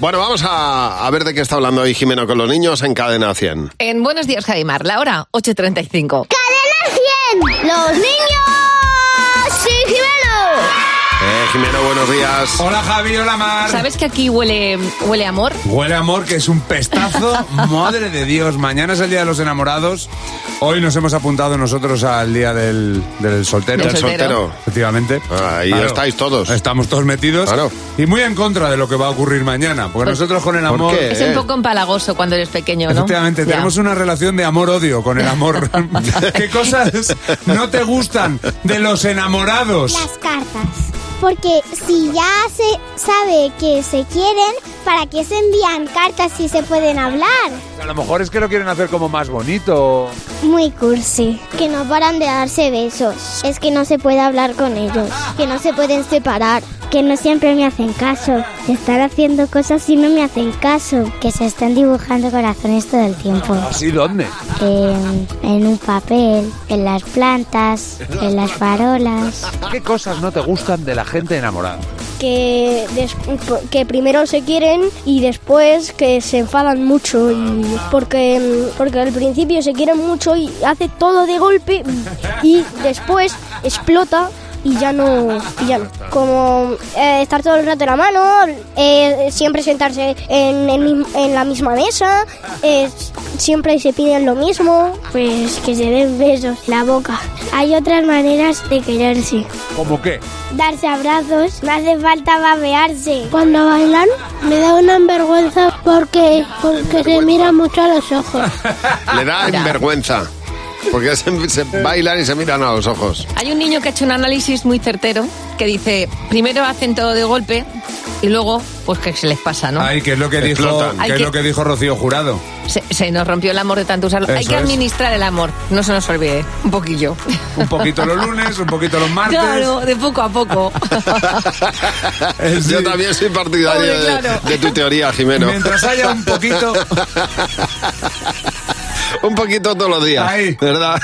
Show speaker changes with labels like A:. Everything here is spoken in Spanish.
A: Bueno, vamos a, a ver de qué está hablando hoy Jimeno con los niños en Cadena 100.
B: En Buenos Días, Javimar, la hora 8.35.
C: ¡Cadena 100! ¡Los niños! ¡Sí,
A: Eh, Jimeno, buenos días.
D: Hola Javi, hola Mar.
B: ¿Sabes que aquí huele, huele a amor?
D: Huele a amor, que es un pestazo. Madre de Dios, mañana es el Día de los Enamorados. Hoy nos hemos apuntado nosotros al Día del, del soltero.
A: El
B: Del
A: soltero. Ah,
D: Efectivamente.
A: Ahí estáis todos.
D: Estamos todos metidos.
A: Claro. Pues,
D: Y muy en contra de lo que va a ocurrir mañana. Porque nosotros con el
A: ¿por
D: amor...
A: qué?
B: Es un poco empalagoso cuando eres pequeño, ¿no?
D: Eh. Efectivamente,
B: Ya.
D: tenemos una relación de amor-odio con el amor. ¿Qué cosas no te gustan de los enamorados?
C: Las cartas. Porque si ya se sabe que se quieren, ¿para qué se envían cartas si se pueden hablar?
E: A lo mejor es que lo quieren hacer como más bonito.
C: Muy cursi. Que no paran de darse besos. Es que no se puede hablar con ellos. Que no se pueden separar. Que no siempre me hacen caso. Que están haciendo cosas y no me hacen caso. Que se están dibujando corazones todo el tiempo.
E: ¿Así dónde?
C: en un papel. En las plantas. En las farolas.
E: ¿Qué cosas no te gustan de la gente enamorada?
F: que, des- que primero se quieren y después que se enfadan mucho y porque, porque al principio se quieren mucho y hace todo de golpe y después explota y ya no, y ya no. como eh, estar todo el rato en la mano eh, siempre sentarse en, el mismo- en la misma mesa eh, siempre se piden lo mismo
C: Pues que se den besos en la boca. Hay otras maneras de quererse.
E: ¿Cómo qué?
C: Darse abrazos. No hace falta babearse. Cuando bailan me da una vergüenza porque, porque se mira mucho a los ojos.
A: Le da vergüenza. Porque se, se bailan y se miran a los ojos.
B: Hay un niño que ha hecho un análisis muy certero que dice, primero hacen todo de golpe y luego, pues que se les pasa, ¿no?
D: Ay, que es lo que dijo,
A: Explotan.
D: que
B: Hay
D: es
B: que-
D: lo que dijo Rocío Jurado.
B: Se, se nos rompió el amor de tanto usarlo. Hay
D: Eso
B: que
D: es.
B: administrar el amor, no se nos olvide, un poquillo.
D: Un poquito los lunes, un poquito los martes.
B: Claro, de poco a poco.
D: Eh, Sí.
A: Yo también soy partidario
B: Hombre,
A: de-
B: claro.
A: de, tu teoría, Jimeno.
D: Mientras haya un poquito.
A: Un poquito todos los días.
D: Ahí.
A: ¿Verdad?